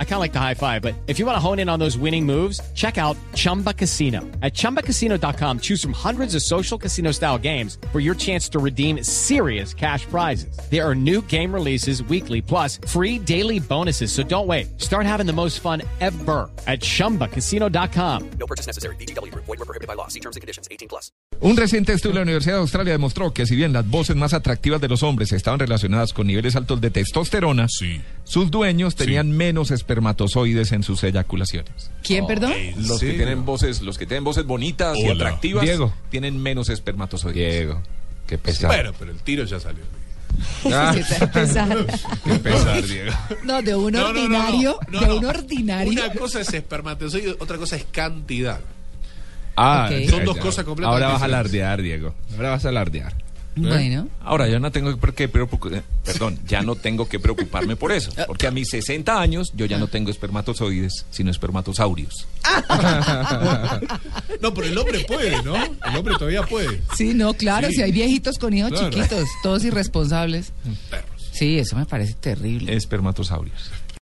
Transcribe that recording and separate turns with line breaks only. I kind of like the high five, but if you want to hone in on those winning moves, check out Chumba Casino. At chumbacasino.com, choose from hundreds of social casino style games for your chance to redeem serious cash prizes. There are new game releases weekly, plus free daily bonuses. So don't wait. Start having the most fun ever at chumbacasino.com.
No purchase necessary. BGW. Void were prohibited by law. See terms and conditions. 18 plus.
Un reciente estudio de la Universidad de Australia demostró que si bien las voces más atractivas de los hombres estaban relacionadas con niveles altos de testosterona,
Sí.
sus dueños tenían menos espermatozoides en sus eyaculaciones.
¿Quién, perdón?
Los que tienen voces, los que tienen voces bonitas y
Hola.
atractivas
Diego.
tienen menos espermatozoides.
Diego, qué pesar.
Bueno, pero el tiro ya salió.
Ah,
Sí, está pesado.
qué pesar, Diego.
No, de un
No, no, no, no.
ordinario,
No,
de
no.
un ordinario.
Una cosa es espermatozoide, otra cosa es cantidad.
Ah,
Ok.
Son dos cosas completamente
Ahora vas a
diferentes.
alardear, Diego. Ahora vas a alardear.
Bueno,
Ahora ya no tengo por qué preocuparme, perdón, ya no tengo que preocuparme por eso,
Ah.
porque a mis 60 años yo ya no tengo espermatozoides, sino espermatosaurios.
No, pero el hombre puede, ¿no? El hombre todavía puede.
sí, no, claro,
Sí.
si hay viejitos con hijos
Claro.
chiquitos, todos irresponsables.
Perros.
Sí, eso me parece terrible.
Espermatosaurios.